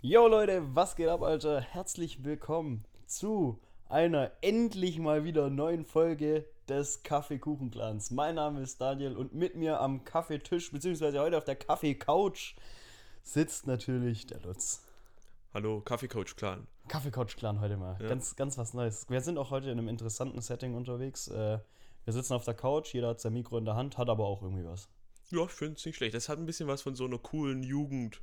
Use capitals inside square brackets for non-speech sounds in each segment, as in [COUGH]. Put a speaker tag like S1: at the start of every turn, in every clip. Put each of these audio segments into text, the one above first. S1: Yo Leute, was geht ab, Alter? Herzlich willkommen zu einer endlich mal wieder neuen Folge des Kaffeekuchenclans. Mein Name ist Daniel und mit mir am Kaffeetisch, beziehungsweise heute auf der Kaffeecouch, sitzt natürlich der Lutz.
S2: Hallo, Kaffeecoach Clan.
S1: Kaffeecouch-Clan heute mal.
S2: Ja.
S1: Ganz, ganz was Neues. Wir sind auch heute in einem interessanten Setting unterwegs. Äh, wir sitzen auf der Couch, jeder hat sein Mikro in der Hand, hat aber auch irgendwie was.
S2: Ja, ich finde es nicht schlecht. Das hat ein bisschen was von so einer coolen Jugend.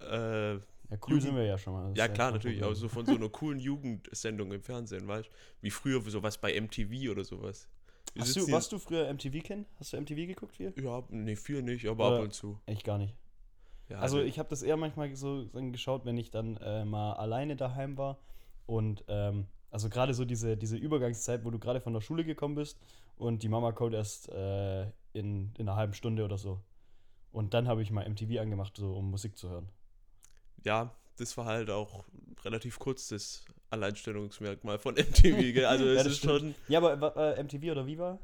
S2: Äh,
S1: Ja, cool
S2: Jugend-
S1: sind wir ja schon mal. Das
S2: ja,
S1: ist
S2: klar,
S1: kein
S2: natürlich.
S1: Problem.
S2: Aber so von so einer coolen Jugendsendung im Fernsehen, weißt du? Wie früher sowas bei MTV oder sowas. Wir
S1: Hast
S2: sitzen
S1: du,
S2: hier-
S1: warst du früher MTV-Kind? Hast du MTV geguckt viel?
S2: Ja, nee, viel nicht, aber
S1: Oder-
S2: ab und zu.
S1: Ich gar nicht.
S2: Ja,
S1: Also
S2: nee.
S1: ich habe das eher manchmal so dann geschaut, wenn ich dann äh, mal alleine daheim war und ähm, also gerade so diese, diese Übergangszeit, wo du gerade von der Schule gekommen bist und die Mama kommt erst äh, in, in einer halben Stunde oder so. Und dann habe ich mal MTV angemacht, so um Musik zu hören.
S2: ja, das war halt auch relativ kurz das Alleinstellungsmerkmal von [LAUGHS] MTV. Gell? Also
S1: Ja,
S2: es
S1: das
S2: ist
S1: stimmt. Ja, aber wa- äh, MTV oder Viva?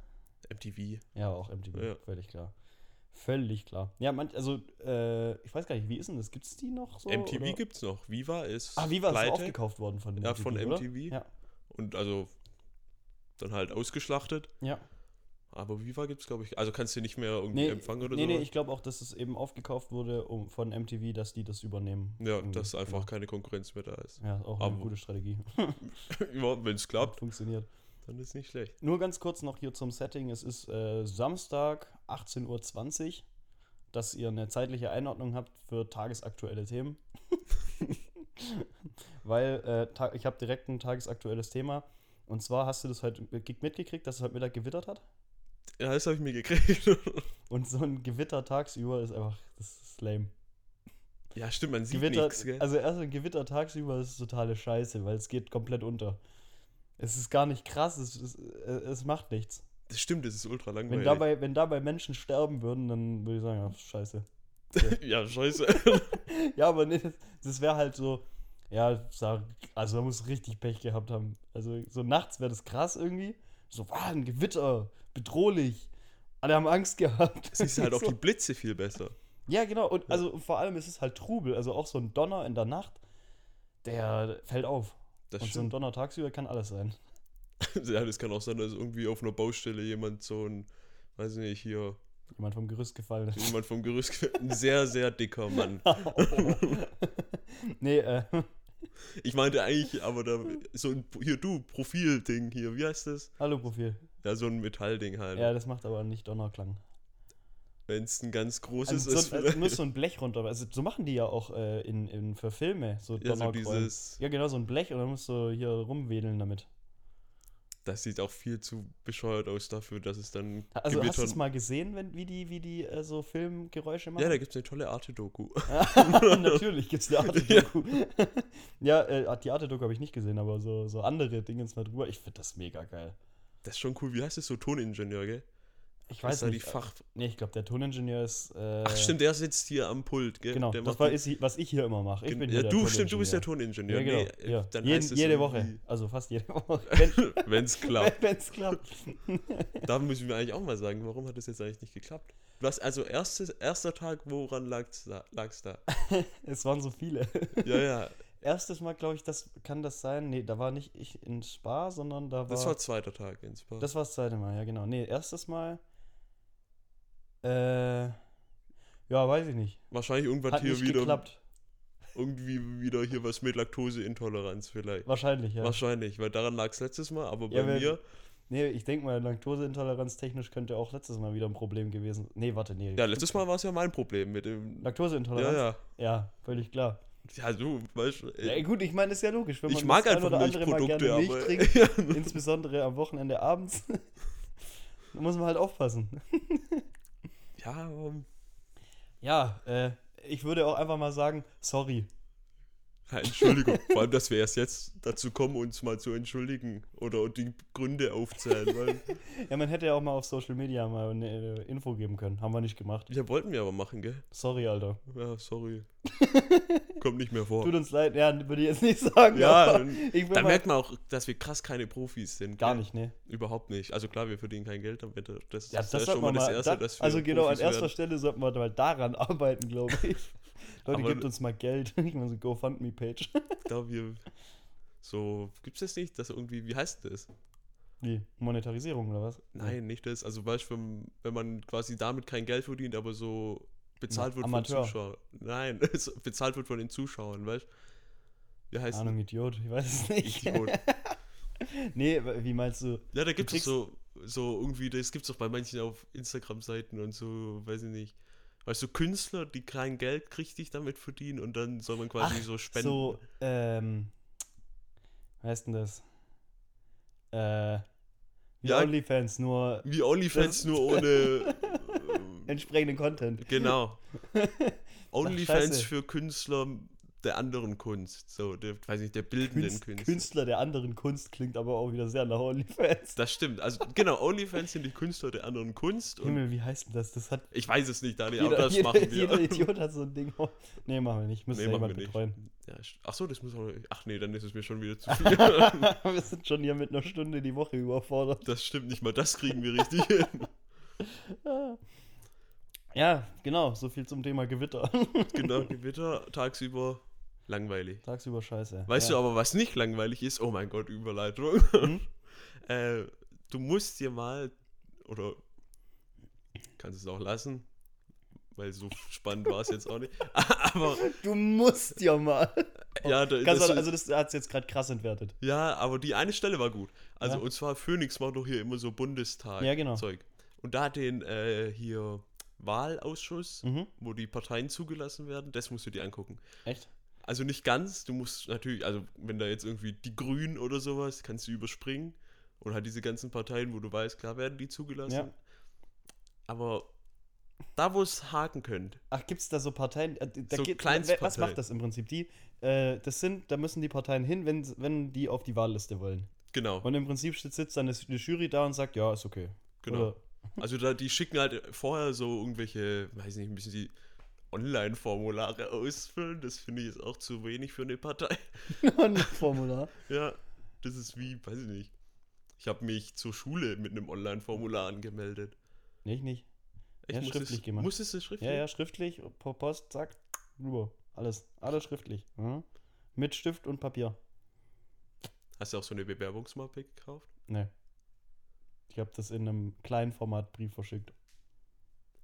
S2: schon MTV.
S1: Ja, aber auch MTV,
S2: Ja.
S1: völlig klar. Völlig klar. Ja, man, also äh, ich weiß gar nicht, wie ist denn das? Gibt es die noch so?
S2: MTV
S1: oder?
S2: gibt's noch. Viva ist
S1: Ah, Viva ist
S2: pleite.
S1: aufgekauft worden von
S2: Ja, von
S1: oder?
S2: MTV.
S1: Ja,
S2: Und also dann halt ausgeschlachtet.
S1: ja.
S2: Aber Viva gibt's, glaube ich. Also kannst du nicht mehr irgendwie
S1: Nee,
S2: empfangen oder
S1: nee,
S2: so.
S1: nee, ich glaube auch, dass es eben aufgekauft wurde um, von MTV, dass die das übernehmen.
S2: Hm, ja,
S1: Irgendwie,
S2: dass einfach
S1: genau.
S2: keine Konkurrenz mehr da ist.
S1: Ja, ist auch eine
S2: Aber-
S1: gute Strategie.
S2: [LAUGHS]
S1: [LAUGHS]
S2: ja, wenn es klappt,
S1: Funktioniert.
S2: dann ist nicht schlecht.
S1: Nur ganz kurz noch hier zum Setting. Es ist äh, Samstag, 18.20 Uhr, dass ihr eine zeitliche Einordnung habt für tagesaktuelle Themen. [LAUGHS] Weil äh, ta- ich habe direkt ein tagesaktuelles Thema. Und zwar hast du das heute mit- mitgekriegt, dass es heute Mittag gewittert hat?
S2: Ja, das habe ich mir gekriegt. [LAUGHS]
S1: Und so ein Gewitter tagsüber ist einfach, das ist lame.
S2: ja, stimmt, man sieht
S1: Gewitter,
S2: nichts, gell?
S1: also erst ein Gewitter tagsüber ist totale Scheiße, weil es geht komplett unter. Es ist gar nicht krass, es, es, äh, es macht nichts.
S2: das stimmt, das ist ultra
S1: Wenn
S2: langweilig.
S1: dabei, wenn dabei Menschen sterben würden, dann würde ich sagen, ach, scheiße. [LAUGHS]
S2: ja, scheiße.
S1: Ja, aber nee, das, das wäre halt so, ja, sag- also man muss richtig Pech gehabt haben. Also so nachts wäre das krass irgendwie. So, war ein Gewitter, bedrohlich. Alle haben Angst gehabt. [LAUGHS]
S2: Siehst halt auch
S1: so.
S2: die Blitze viel besser.
S1: Ja, genau. Und also vor allem ist es halt Trubel. Also auch so ein Donner in der Nacht, der fällt auf.
S2: Das
S1: und so ein
S2: stimmt.
S1: Donner tagsüber kann alles sein.
S2: [LAUGHS] ja, das kann auch sein, dass irgendwie auf einer Baustelle jemand so ein, weiß nicht, hier,
S1: Jemand vom Gerüst gefallen ist.
S2: jemand vom Gerüst, ein sehr, sehr dicker Mann.
S1: [LAUGHS] nee, äh, [LAUGHS]
S2: Ich meinte eigentlich, aber da, so ein, hier du, Profilding hier, wie heißt das?
S1: hallo Profil.
S2: Ja, so ein Metallding halt.
S1: Ja, das macht aber nicht Donnerklang.
S2: Wenn es ein ganz großes
S1: Also
S2: ist,
S1: so, ein- also
S2: vielleicht.
S1: nur so ein Blech runter. Also so machen die ja auch äh, in, in, für Filme, so
S2: Ja, so
S1: Donnerklang.
S2: dieses,
S1: ja, genau, so ein Blech und dann musst du hier rumwedeln damit.
S2: das sieht auch viel zu bescheuert aus dafür, dass es dann
S1: Also hast du
S2: gewittert-
S1: es mal gesehen, wenn, wie die, wie die äh, so Filmgeräusche machen?
S2: Ja, da gibt es eine tolle Arte-Doku.
S1: [LAUGHS]
S2: [LAUGHS]
S1: Natürlich gibt es eine Arte-Doku. [LAUGHS] ja, äh, die Arte-Doku habe ich nicht gesehen, aber so, so andere Dinge mal drüber. Ich finde das mega geil.
S2: Das ist schon cool. Wie heißt das so? Toningenieur, gell?
S1: Ich
S2: Das
S1: weiß
S2: ist da
S1: nicht. äh,
S2: Die Fach
S1: nee, ich glaube, der Toningenieur ist. Äh,
S2: Ach stimmt, der sitzt hier am Pult, gell?
S1: Genau,
S2: der
S1: das
S2: macht
S1: war,
S2: die-
S1: ist, was ich hier immer mache. Ich bin
S2: ja,
S1: hier der
S2: du, stimmt, du bist der
S1: Toningenieur. Ja,
S2: Toningenieur. Nee,
S1: genau.
S2: äh,
S1: ja.
S2: Dann
S1: Jeden,
S2: heißt es Genau.
S1: jede Woche.
S2: [LAUGHS] irgendwie,
S1: Also fast jede Woche. Wenn [LAUGHS]
S2: Wenn's klappt.
S1: es klappt.
S2: da müssen wir eigentlich auch mal sagen, warum hat das jetzt eigentlich nicht geklappt? Was, also erstes, erster Tag, woran lag's da? Lag's
S1: [LAUGHS]
S2: da?
S1: Es waren so viele.
S2: Ja, ja.
S1: Erstes Mal, glaube ich, das kann das sein. Nee, da war nicht ich in Spa, sondern da war.
S2: Das war zweiter Tag ins Paar.
S1: Das war das zweite Mal, ja genau. Nee, erstes Mal. Äh. Ja, weiß ich nicht.
S2: Wahrscheinlich irgendwann
S1: Hat
S2: hier
S1: nicht
S2: wieder
S1: geklappt.
S2: irgendwie wieder hier was mit Laktoseintoleranz vielleicht.
S1: Wahrscheinlich, ja.
S2: Wahrscheinlich, weil daran lag es letztes Mal, aber
S1: Ja,
S2: bei
S1: wenn-
S2: mir,
S1: nee, ich denke mal, Laktoseintoleranz technisch könnte auch letztes Mal wieder ein Problem gewesen. Nee, warte, nee.
S2: ja, letztes Mal war es ja mein Problem mit dem. Ja,
S1: Laktoseintoleranz?
S2: ja.
S1: Ja, völlig klar.
S2: Ja, du, weißt du,
S1: Ja,
S2: äh,
S1: gut, ich meine, ist ja logisch. Wenn man
S2: ich mag
S1: das ein
S2: einfach
S1: oder andere mal
S2: Milchprodukte,
S1: gerne Milch
S2: aber. [LAUGHS]
S1: trinkt,
S2: ja,
S1: insbesondere am Wochenende abends, [LAUGHS] dann muss man halt aufpassen.
S2: ja, ähm,
S1: Ja, äh, ich würde auch einfach mal sagen, sorry.
S2: Ja, Entschuldigung. Vor allem, dass wir erst jetzt dazu kommen, uns mal zu entschuldigen oder die Gründe aufzählen. Weil,
S1: Ja, man hätte ja auch mal auf Social Media mal eine äh, Info geben können. Haben wir nicht gemacht.
S2: ja, wollten wir aber machen, gell?
S1: Sorry, Alter.
S2: Ja, sorry.
S1: [LAUGHS]
S2: Kommt nicht mehr vor.
S1: Tut uns leid. Ja, würde ich jetzt nicht [LAUGHS] sagen.
S2: Ja,
S1: aber
S2: dann-
S1: ich bin
S2: Da
S1: mal-
S2: merkt man auch, dass wir krass keine Profis sind.
S1: Gar
S2: gell?
S1: nicht, ne?
S2: Überhaupt nicht. Also klar, wir verdienen kein Geld damit. Das
S1: Ja,
S2: ist
S1: das, sollten
S2: ja schon
S1: wir
S2: mal das
S1: mal.
S2: Erste,
S1: da-
S2: dass wir
S1: also genau, an
S2: Profis
S1: erster
S2: werden.
S1: Stelle sollten wir mal daran [LAUGHS] arbeiten, glaube
S2: [LAUGHS]
S1: ich. Leute,
S2: Aber-
S1: gebt uns mal Geld. [LAUGHS] Ich meine, so GoFundMe-Page.
S2: Da wir so, gibt's das nicht, dass irgendwie, wie heißt das?
S1: Wie? Monetarisierung oder was?
S2: Nein, nicht das. Also weißt du, wenn, wenn man quasi damit kein Geld verdient, aber so bezahlt
S1: Na,
S2: wird
S1: Amateur.
S2: von Zuschauern. Nein, [LAUGHS] so bezahlt wird von den Zuschauern, weißt du? Wie heißt
S1: Ahnung, Idiot. Ich weiß
S2: [LAUGHS]
S1: es nicht.
S2: Idiot.
S1: [LAUGHS] nee, wie meinst du?
S2: Ja, da gibt es
S1: kriegst-
S2: so, so irgendwie, das gibt es auch bei manchen auf Instagram-Seiten und so, weiß ich nicht. Weißt du, Künstler, die kein Geld richtig damit verdienen und dann soll man quasi
S1: Ach,
S2: so spenden.
S1: So, ähm. Wie heißt denn das? Äh. Wie
S2: Ja.
S1: OnlyFans, nur
S2: Wie OnlyFans
S1: Das-
S2: nur
S1: [LAUGHS]
S2: ohne. ähm,
S1: entsprechenden Content.
S2: [LAUGHS] genau. OnlyFans
S1: scheiße.
S2: für Künstler der anderen Kunst. So, der, weiß nicht, der bildenden
S1: Künst,
S2: Kunst.
S1: Künstler der anderen Kunst klingt aber auch wieder sehr nach OnlyFans.
S2: Das stimmt. Also, genau, OnlyFans sind die Künstler der anderen Kunst und.
S1: Himmel, wie heißt denn das? Das hat
S2: Ich weiß es nicht, Daniel, aber
S1: jeder,
S2: das
S1: jeder,
S2: machen wir.
S1: jeder Idiot hat so ein Ding. [LAUGHS] Nee, machen wir nicht. Müssen
S2: Nee,
S1: ja
S2: machen
S1: jemand
S2: wir nicht.
S1: betreuen.
S2: Ja, st- ach so, das muss auch. Ach nee, dann ist es mir schon wieder zu viel.
S1: [LAUGHS]
S2: [LAUGHS]
S1: wir sind schon hier mit einer Stunde die Woche überfordert.
S2: Das stimmt nicht mal, das kriegen wir richtig hin.
S1: Ja, genau. So viel zum Thema Gewitter. [LAUGHS]
S2: Genau, Gewitter, tagsüber langweilig.
S1: Tagsüber scheiße.
S2: Weißt
S1: ja. Mhm.
S2: du aber, was nicht langweilig ist? Oh mein Gott, Überleitung. [LAUGHS] äh, du musst dir mal, oder kannst es auch lassen, weil so spannend war es jetzt auch nicht. [LAUGHS] Aber
S1: Du musst ja mal.
S2: ja, da,
S1: Ganz
S2: das,
S1: ehrlich, also das hat es jetzt gerade krass entwertet.
S2: Ja, aber die eine Stelle war gut. Also,
S1: Ja.
S2: und zwar Phoenix macht doch hier immer so Bundestag.
S1: Ja, genau.
S2: Zeug. Und da hat den äh, hier Wahlausschuss,
S1: Mhm.
S2: wo die Parteien zugelassen werden, das musst du dir angucken.
S1: Echt?
S2: Also nicht ganz, du musst natürlich, also wenn da jetzt irgendwie die Grünen oder sowas, kannst du überspringen. Und halt diese ganzen Parteien, wo du weißt, klar werden die zugelassen.
S1: Ja.
S2: Aber da, wo es haken könnt,
S1: Ach, gibt es da so Parteien? Äh, Da
S2: So
S1: geht,
S2: Kleinstparteien.
S1: was macht das im Prinzip? Die, äh, das sind, da müssen die Parteien hin, wenn, wenn die auf die Wahlliste wollen.
S2: genau.
S1: Und im Prinzip sitzt sitzt dann eine Jury da und sagt, ja, ist okay.
S2: Genau.
S1: [LAUGHS] Oder-
S2: Also da, die schicken halt vorher so irgendwelche, weiß nicht, müssen die Online-Formulare ausfüllen. Das finde ich jetzt auch zu wenig für eine Partei. [LAUGHS]
S1: Ein Formular.
S2: Ja, das ist wie, weiß ich nicht. Ich habe mich zur Schule mit einem Online-Formular angemeldet.
S1: Nee, ich nicht. Ja,
S2: muss das-
S1: schriftlich gemacht.
S2: Musstest du schriftlich?
S1: Ja, ja, schriftlich, per Post, zack, rüber. Alles. Alles schriftlich. Mhm. Mit Stift und Papier.
S2: Hast du auch so eine Bewerbungsmappe gekauft?
S1: Ne. Ich habe das in einem kleinen Format Brief verschickt.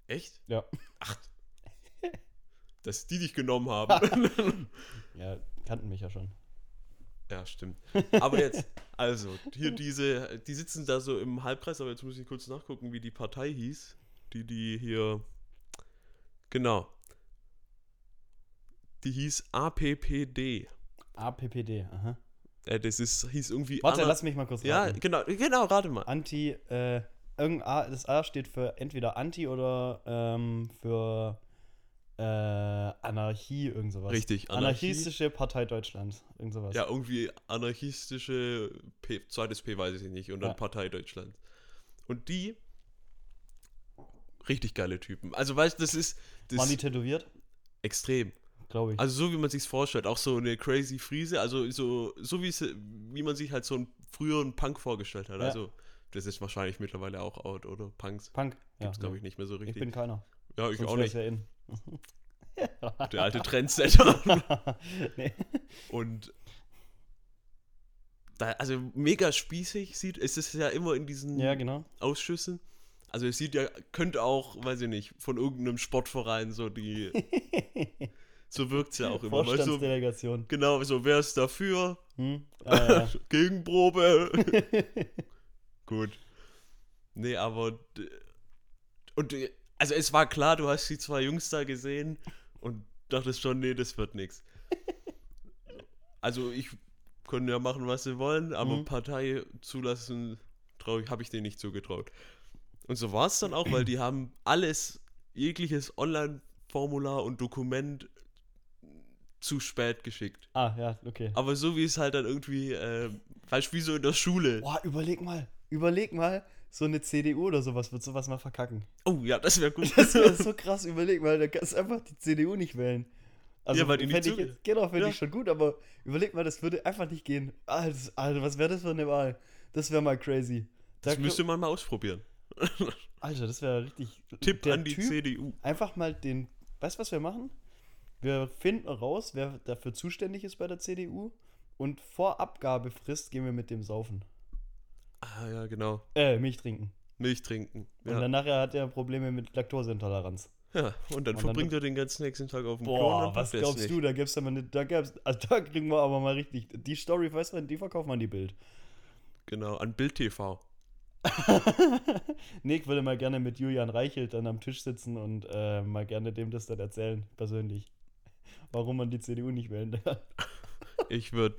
S2: Echt?
S1: Ja. [LAUGHS]
S2: Ach. Dass die dich
S1: [LAUGHS]
S2: genommen haben.
S1: Ja, kannten mich ja schon.
S2: ja, stimmt. Aber jetzt, also, hier diese, die sitzen da so im Halbkreis, aber jetzt muss ich kurz nachgucken, wie die Partei hieß. Die, die hier. Genau. Die hieß APPD.
S1: APPD, aha.
S2: Äh, das ist, hieß irgendwie.
S1: Warte,
S2: Ana-
S1: lass mich mal kurz
S2: Ja,
S1: raten.
S2: genau, genau, rate mal.
S1: Anti, äh, irgendein A, das A steht für entweder Anti oder ähm, für äh, Anarchie, irgend sowas.
S2: Richtig, Anarchie.
S1: Anarchistische Partei Deutschlands, irgend sowas.
S2: Ja, irgendwie anarchistische P, zweites P weiß ich nicht und dann
S1: Ja.
S2: Partei Deutschland. Und die richtig geile Typen. Also weißt, du, das ist das
S1: Waren die
S2: ist
S1: tätowiert?
S2: extrem.
S1: Glaube ich.
S2: Also so wie man sich vorstellt, auch so eine crazy Friese, also so so wie es, wie man sich halt so einen früheren Punk vorgestellt hat.
S1: Ja.
S2: Also das ist wahrscheinlich mittlerweile auch out oder Punks.
S1: Punk. Ja,
S2: Gibt's glaube ich nicht mehr so
S1: nee. ich
S2: richtig.
S1: bin keiner.
S2: ja, ich
S1: Sonst
S2: auch
S1: wär's
S2: nicht.
S1: Ja in.
S2: Der alte Trendsetter.
S1: [LAUGHS]
S2: [LAUGHS]
S1: nee.
S2: Und da, also mega spießig sieht, es ist ja immer in diesen
S1: Ja, genau.
S2: Ausschüssen. Also es sieht ja, könnte auch, weiß ich nicht, von irgendeinem Sportverein so die, so wirkt es ja auch immer. Weißt du,
S1: Vorstandsdelegation.
S2: genau, so wer ist dafür? [LAUGHS]
S1: Hm? Ah,
S2: Gegenprobe. [LAUGHS]
S1: ja.
S2: Gut. Nee, aber d- und äh, also es war klar, du hast die zwei Jungs da gesehen und dachtest schon, nee, das wird nichts. Also ich können ja machen, was sie wollen, aber
S1: Mhm.
S2: Partei zulassen habe ich denen nicht zugetraut. Und so war es dann auch, weil die haben alles, jegliches Online-Formular und Dokument zu spät geschickt.
S1: Ah, ja, okay.
S2: Aber so wie es halt dann irgendwie, äh, weißt du, wie so in der Schule.
S1: Boah, überleg mal, überleg mal, so eine CDU oder sowas wird sowas mal verkacken.
S2: Oh ja, das wäre gut.
S1: [LAUGHS] Das
S2: [LAUGHS]
S1: wäre so krass, überleg mal, da kannst du einfach die CDU nicht wählen. Also,
S2: Ja, weil die nicht
S1: fänd ich
S2: zuge-
S1: jetzt, Genau, finde
S2: Ja.
S1: ich schon gut, aber überleg mal, das würde einfach nicht gehen. Alter, Alter was wäre das für eine Wahl? Das wäre mal crazy. Da
S2: Das
S1: kö-
S2: müsste man mal ausprobieren.
S1: Alter, das wäre richtig.
S2: Tipp
S1: der
S2: an die
S1: Typ,
S2: CDU.
S1: Einfach mal den. Weißt du, was wir machen? Wir finden raus, wer dafür zuständig ist bei der CDU und vor Abgabefrist gehen wir mit dem saufen.
S2: Ah ja, genau.
S1: Äh, Milch trinken.
S2: Milch trinken.
S1: Und
S2: Ja,
S1: dann nachher hat er Probleme mit Laktoseintoleranz.
S2: ja. und dann
S1: dann
S2: verbringt er den ganzen nächsten Tag auf dem Klo und
S1: Boah,
S2: dann
S1: was
S2: packt er's
S1: glaubst
S2: nicht.
S1: du? Da gibt's ja mal ne, da gab's, also da kriegen wir aber mal richtig. Die Story, weißt du, die verkauft man die [LAUGHS] Bild.
S2: Genau, an Bild TV.
S1: nee, ich würde mal gerne mit Julian Reichelt dann am Tisch sitzen und äh, mal gerne dem das dann erzählen, persönlich. Warum man die CDU nicht wählen darf. [LAUGHS]
S2: Ich würde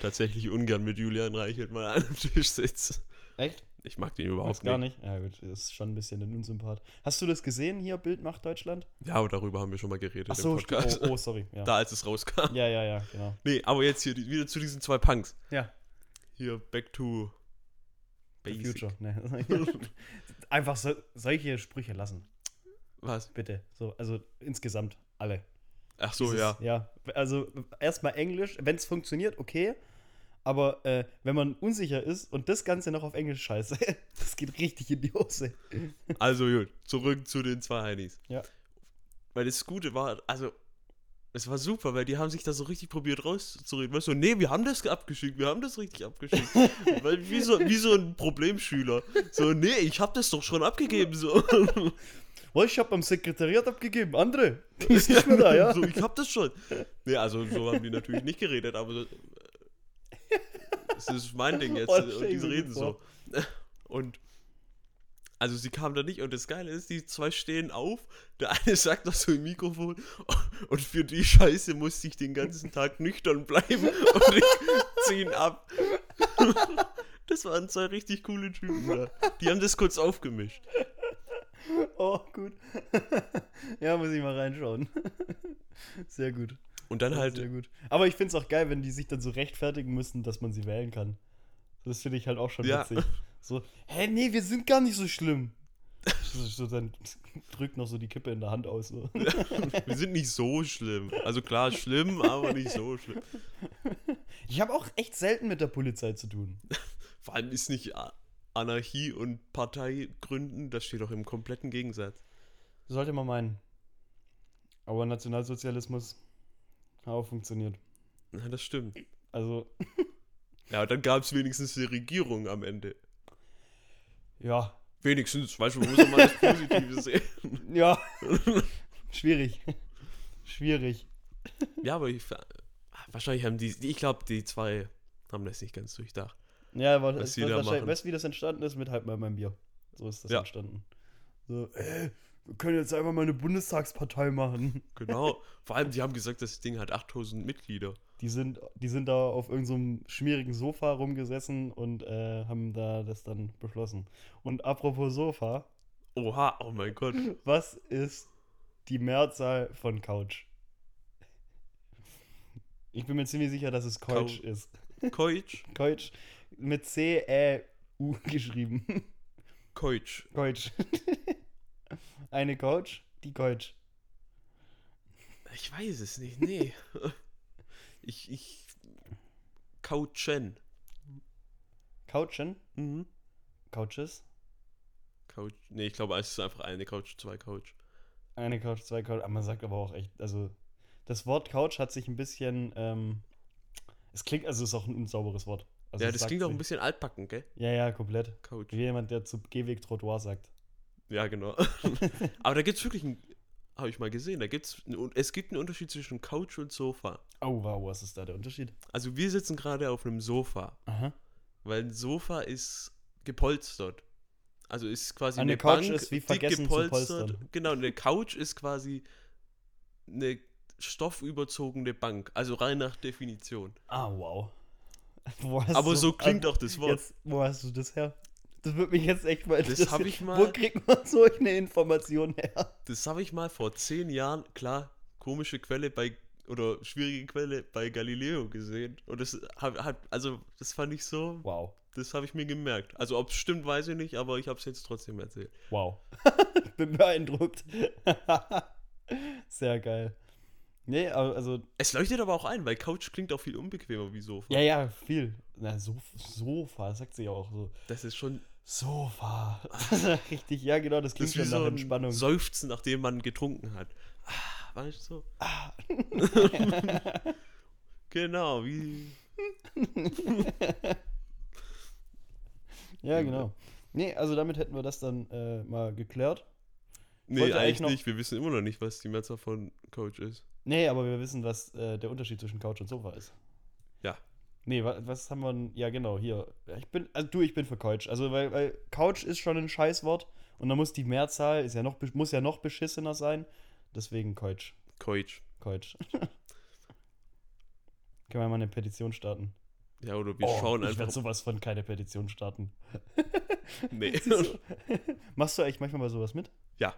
S2: tatsächlich ungern mit Julian Reichelt mal an einem Tisch sitzen.
S1: Echt?
S2: Ich mag den
S1: Magst
S2: überhaupt
S1: gar
S2: nicht.
S1: nicht. Ja, gut, ist schon ein bisschen ein Unsympath. Hast du das gesehen hier, Bild macht Deutschland?
S2: Ja, aber darüber haben wir schon mal geredet
S1: Ach so,
S2: im
S1: sti-
S2: Podcast. [LAUGHS]
S1: oh, oh, [LAUGHS] sorry. Ja.
S2: Da, als es rauskam.
S1: ja, ja, ja, genau.
S2: Nee, aber jetzt hier die- wieder zu diesen zwei Punks.
S1: Ja,
S2: Hier, back to
S1: The
S2: basic.
S1: Future.
S2: [LAUGHS]
S1: Ne. [LAUGHS] Einfach so, solche Sprüche lassen,
S2: Was?
S1: bitte. So, also insgesamt alle.
S2: Ach so,
S1: Dieses-
S2: ja.
S1: Ja, also erstmal Englisch, wenn es funktioniert, okay. Aber äh, wenn man unsicher ist und das Ganze noch auf Englisch scheiße, [LAUGHS] das geht richtig in die Hose.
S2: Also gut, zurück zu den zwei Heinis.
S1: Ja.
S2: Weil das Gute war, also, es war super, weil die haben sich da so richtig probiert rauszureden. Weißt du, nee, wir haben das abgeschickt, wir haben das
S1: [LAUGHS]
S2: richtig abgeschickt. weil, wie, so, wie so ein Problemschüler. So, nee, ich hab das doch schon abgegeben. So.
S1: Oh, ich habe am Sekretariat abgegeben.
S2: [LAUGHS]
S1: Andere, die ist nicht mehr da, ja.
S2: So, ich hab das schon. Nee, also so haben die natürlich nicht geredet, aber so, äh, es ist mein Ding jetzt.
S1: Oh,
S2: und
S1: stell ich
S2: die
S1: mir
S2: reden
S1: gut vor.
S2: so. Und also sie kamen da nicht und das Geile ist, die zwei stehen auf, der eine [LAUGHS] sagt noch so im Mikrofon und für die Scheiße musste ich den ganzen Tag nüchtern bleiben und ich ziehen ab. [LAUGHS] Das waren zwei richtig coole Typen da. Die haben das kurz aufgemischt.
S1: Oh, gut. [LAUGHS] ja, muss ich mal reinschauen. [LAUGHS] Sehr gut.
S2: Und dann halt
S1: Sehr gut. Aber ich finde es auch geil, wenn die sich dann so rechtfertigen müssen, dass man sie wählen kann. Das finde ich halt auch schon
S2: Ja.
S1: witzig. So, hä, nee, wir sind gar nicht so schlimm. So, so, dann drückt noch so die Kippe in der Hand aus. So.
S2: Wir sind nicht so schlimm. Also klar, schlimm, aber nicht so schlimm.
S1: Ich habe auch echt selten mit der Polizei zu tun.
S2: Vor allem ist nicht A- Anarchie und Partei gründen, das steht doch im kompletten Gegensatz.
S1: Sollte man meinen. Aber Nationalsozialismus hat auch funktioniert.
S2: Ja, das stimmt.
S1: Also,
S2: Ja, dann gab es wenigstens die Regierung am Ende.
S1: ja,
S2: Wenigstens, weißt du, muss man mal das Positive sehen. [LAUGHS]
S1: ja. Schwierig. Schwierig.
S2: Ja, aber ich, wahrscheinlich haben die, ich glaube, die zwei haben das nicht ganz durchdacht.
S1: Ja, aber es
S2: sie
S1: wird
S2: da
S1: wahrscheinlich,
S2: machen.
S1: weißt du, wie das entstanden ist? Mit halt mal meinem Bier. So ist das
S2: Ja.
S1: entstanden. So, äh, wir können jetzt einfach mal eine Bundestagspartei machen.
S2: Genau. Vor allem, die haben gesagt, das Ding hat 8000 Mitglieder.
S1: Die sind, die sind da auf irgendeinem schmierigen Sofa rumgesessen und äh, haben da das dann beschlossen. Und apropos Sofa,
S2: Oha, oh mein Gott.
S1: was ist die Mehrzahl von Couch? Ich bin mir ziemlich sicher, dass es Couch
S2: Couch.
S1: ist.
S2: Keutsch,
S1: Couch mit C-E-U [LAUGHS] geschrieben.
S2: Keutsch.
S1: Couch. [LAUGHS] Eine Couch, die Couch.
S2: Ich weiß es nicht, nee. [LAUGHS] ich, ich. Couchen.
S1: Couchen,
S2: Mhm.
S1: Couches.
S2: Couch. Nee, ich glaube, es ist einfach eine Couch, zwei Couch.
S1: Eine Couch, zwei Couch. Aber man sagt aber auch echt, also das Wort Couch hat sich ein bisschen, ähm, es klingt, also es ist auch ein unsauberes Wort. Also
S2: ja,
S1: es
S2: das
S1: sagt
S2: klingt auch ein
S1: sich-
S2: bisschen altbacken, gell?
S1: Ja, ja, komplett.
S2: Couch.
S1: Wie jemand, der zu Gehweg Trottoir
S2: [LAUGHS]
S1: sagt.
S2: Ja, genau. [LAUGHS] Aber da gibt's wirklich einen. Habe ich mal gesehen. Da gibt's. einen- Es gibt einen Unterschied zwischen Couch und Sofa.
S1: Oh, wow, was ist da der Unterschied?
S2: Also, wir sitzen gerade auf einem Sofa.
S1: Aha.
S2: Weil ein Sofa ist gepolstert. Also ist quasi
S1: Ah, Eine
S2: eine,
S1: Couch
S2: Bank,
S1: ist wie
S2: dick
S1: vergessen zu
S2: gepolstert.
S1: polstern.
S2: Genau, eine Couch ist quasi eine stoffüberzogene Bank. Also rein nach Definition.
S1: Ah, wow. [LAUGHS] Wo hast
S2: Aber
S1: du-
S2: so klingt
S1: ah,
S2: auch das Wort.
S1: Jetzt, wo hast du das her? Das würde mich jetzt echt mal
S2: Das
S1: interessieren.
S2: hab ich mal-
S1: Wo kriegt man so eine Information her?
S2: Das habe ich mal vor zehn Jahren, klar, komische Quelle bei oder schwierige Quelle bei Galileo gesehen. Und das hab, hat, also das fand ich so,
S1: Wow.
S2: das habe ich mir gemerkt. Also ob es stimmt, weiß ich nicht, aber ich habe es jetzt trotzdem erzählt.
S1: Wow. [LAUGHS] Bin beeindruckt. [LAUGHS] Sehr geil. Nee, aber also,
S2: Es leuchtet aber auch ein, weil Couch klingt auch viel unbequemer wie Sofa.
S1: ja, ja, viel. Na, so Sofa, das sagt sie ja auch so.
S2: Das ist schon
S1: Sofa. [LAUGHS] Richtig, ja, genau, das
S2: das
S1: klingt
S2: ist wie
S1: schon nach
S2: so ein
S1: Entspannung.
S2: Seufzen, nachdem man getrunken hat. Ah, weißt du so? [LAUGHS] genau, wie
S1: ja, genau. Nee, also damit hätten wir das dann äh, mal geklärt.
S2: Nee,
S1: Wollte eigentlich
S2: eigentlich
S1: noch-
S2: nicht. Wir wissen immer noch nicht, was die Mehrzahl von Coach ist.
S1: Nee, aber wir wissen, was äh, der Unterschied zwischen Couch und Sofa ist.
S2: Ja.
S1: Nee, was, was haben wir denn? Ja, genau, hier. Ja, Ich bin, also du, ich bin für Couch. Also, weil, weil Couch ist schon ein Scheißwort und da muss die Mehrzahl, ist ja noch, besch- muss ja noch beschissener sein. Deswegen Couch.
S2: Coach.
S1: Couch. [LAUGHS] Können wir mal eine Petition starten?
S2: Ja, oder wir schauen
S1: Oh, Ich
S2: einfach.
S1: werde sowas von keine Petition starten.
S2: [LAUGHS]
S1: [LAUGHS]
S2: nee. [LAUGHS]
S1: Machst du eigentlich manchmal mal sowas mit?
S2: ja.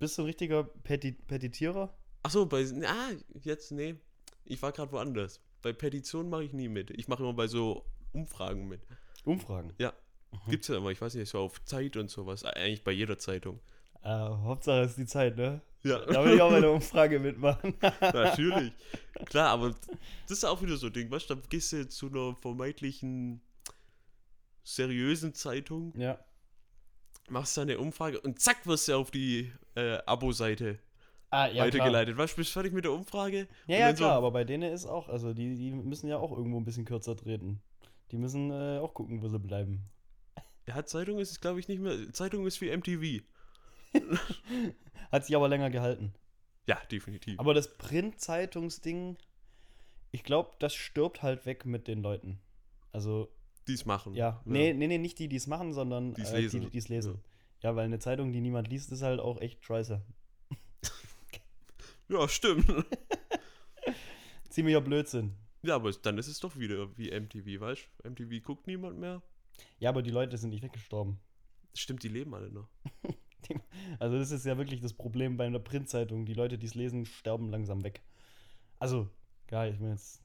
S1: Bist du ein richtiger Peti Petitierer?
S2: Achso, bei. Ah, jetzt, nee. Ich war gerade woanders. Bei Petitionen mache ich nie mit. Ich mache immer bei so Umfragen mit.
S1: Umfragen.
S2: Ja. Gibt's ja immer, ich weiß nicht, so auf Zeit und sowas. Eigentlich bei jeder Zeitung.
S1: Äh, Hauptsache es ist die Zeit, ne?
S2: [LAUGHS] Ja.
S1: Da will ich auch bei der Umfrage mitmachen.
S2: Natürlich. Klar, aber das ist auch wieder so ein Ding, weißt du, dann gehst du zu einer vermeintlichen seriösen Zeitung
S1: [LAUGHS] ja.
S2: machst da eine Umfrage und zack, wirst du auf die äh, Abo-Seite
S1: Ah, ja, klar.
S2: weitergeleitet. Was, bist du fertig mit der Umfrage?
S1: Ja,
S2: Und
S1: ja,
S2: dann so,
S1: klar, aber bei denen ist auch, also die, die müssen ja auch irgendwo ein bisschen kürzer treten. Die müssen äh, auch gucken, wo sie bleiben.
S2: Ja, Zeitung ist es, glaube ich, nicht mehr. Zeitung ist wie MTV.
S1: Hat sich aber länger gehalten.
S2: Ja, definitiv.
S1: Aber das Printzeitungsding, ich glaube, das stirbt halt weg mit den Leuten. Also,
S2: Die es machen.
S1: ja. Nee, nee, nee, nicht die, die es machen, sondern
S2: Die es
S1: äh,
S2: lesen.
S1: die, die es lesen. Ja. weil eine Zeitung, die niemand liest, ist halt auch echt scheiße.
S2: Ja, stimmt. [LAUGHS]
S1: Ziemlicher Blödsinn.
S2: ja, aber es- dann ist es doch wieder wie MTV, weißt du? MTV guckt niemand mehr.
S1: Ja, aber die Leute sind nicht weggestorben.
S2: Stimmt, die leben alle noch.
S1: Also das ist ja wirklich das Problem bei einer Printzeitung. Die Leute, die es lesen, sterben langsam weg. Also, ja, ich meine jetzt,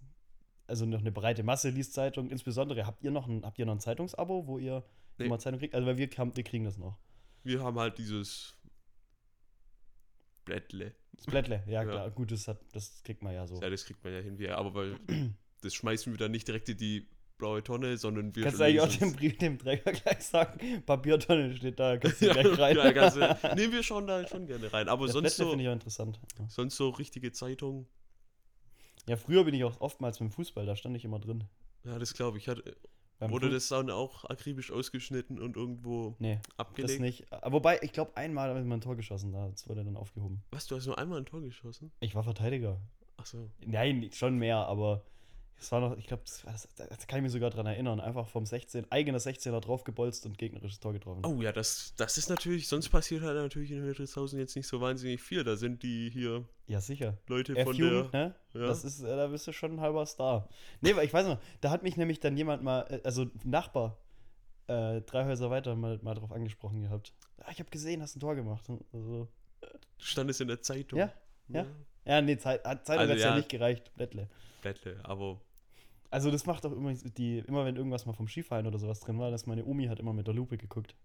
S1: also noch eine breite Masse liest Zeitung. Insbesondere, habt ihr noch ein, habt ihr noch ein Zeitungsabo, wo ihr
S2: Nee.
S1: immer Zeitung kriegt? Also, weil wir, kam- wir kriegen das noch.
S2: Wir haben halt dieses. Blättle.
S1: Das Blättle, ja
S2: [LAUGHS] Ja.
S1: klar. Gut, das, hat, das kriegt man ja so.
S2: Ja, das kriegt man ja hin, wie, aber
S1: [CLEARS THROAT]
S2: weil das schmeißen wir dann nicht direkt in die blaue Tonne, sondern wir.
S1: Kannst du eigentlich auch
S2: lesen's.
S1: dem Brief, dem Träger gleich sagen, Papiertonne steht da, kannst du
S2: [LAUGHS] ja,
S1: gleich rein.
S2: ja,
S1: [LAUGHS]
S2: ganz, äh, nee, wir schauen da schon gerne rein. Aber
S1: das
S2: sonst
S1: Blättle
S2: so,
S1: finde ich auch interessant. Ja.
S2: sonst so richtige Zeitung,
S1: ja, früher bin ich auch oftmals mit dem Fußball, da stand ich immer drin.
S2: ja, das glaube ich. Hat, äh,
S1: Beim
S2: wurde
S1: Fu-
S2: das dann auch akribisch ausgeschnitten und irgendwo
S1: Nee, das
S2: abgelegt?
S1: nicht. Aber Wobei, ich glaube, einmal habe ich mal ein Tor geschossen, da das wurde dann aufgehoben.
S2: Was, du hast nur einmal ein Tor geschossen?
S1: Ich war Verteidiger.
S2: Achso.
S1: Nein, schon mehr, aber es war noch, ich glaube, das, war das, das kann ich mich sogar dran erinnern. Einfach vom 16, eigener 16er draufgebolzt und gegnerisches Tor getroffen.
S2: Oh ja, das, das ist natürlich, sonst passiert halt natürlich in Hildrichshausen jetzt nicht so wahnsinnig viel. Da sind die hier
S1: Ja, sicher.
S2: Leute von
S1: F-Jugend,
S2: der.
S1: ne?
S2: ja.
S1: Das ist, äh, da bist du schon ein halber Star. Nee, weil ich weiß noch, da hat mich nämlich dann jemand mal, äh, also ein Nachbar, äh, drei Häuser weiter mal, mal drauf angesprochen gehabt. Ah, ich habe gesehen, hast ein Tor gemacht. Also,
S2: Stand es in der Zeitung.
S1: Ja, ja. ja, nee, Zeit, hat Zeit
S2: Also
S1: hat's ja
S2: ja.
S1: nicht gereicht, Blättle.
S2: Blättle, aber.
S1: Also das macht auch übrigens die, immer wenn irgendwas mal vom Skifahren oder sowas drin war, dass meine Omi hat immer mit der Lupe geguckt,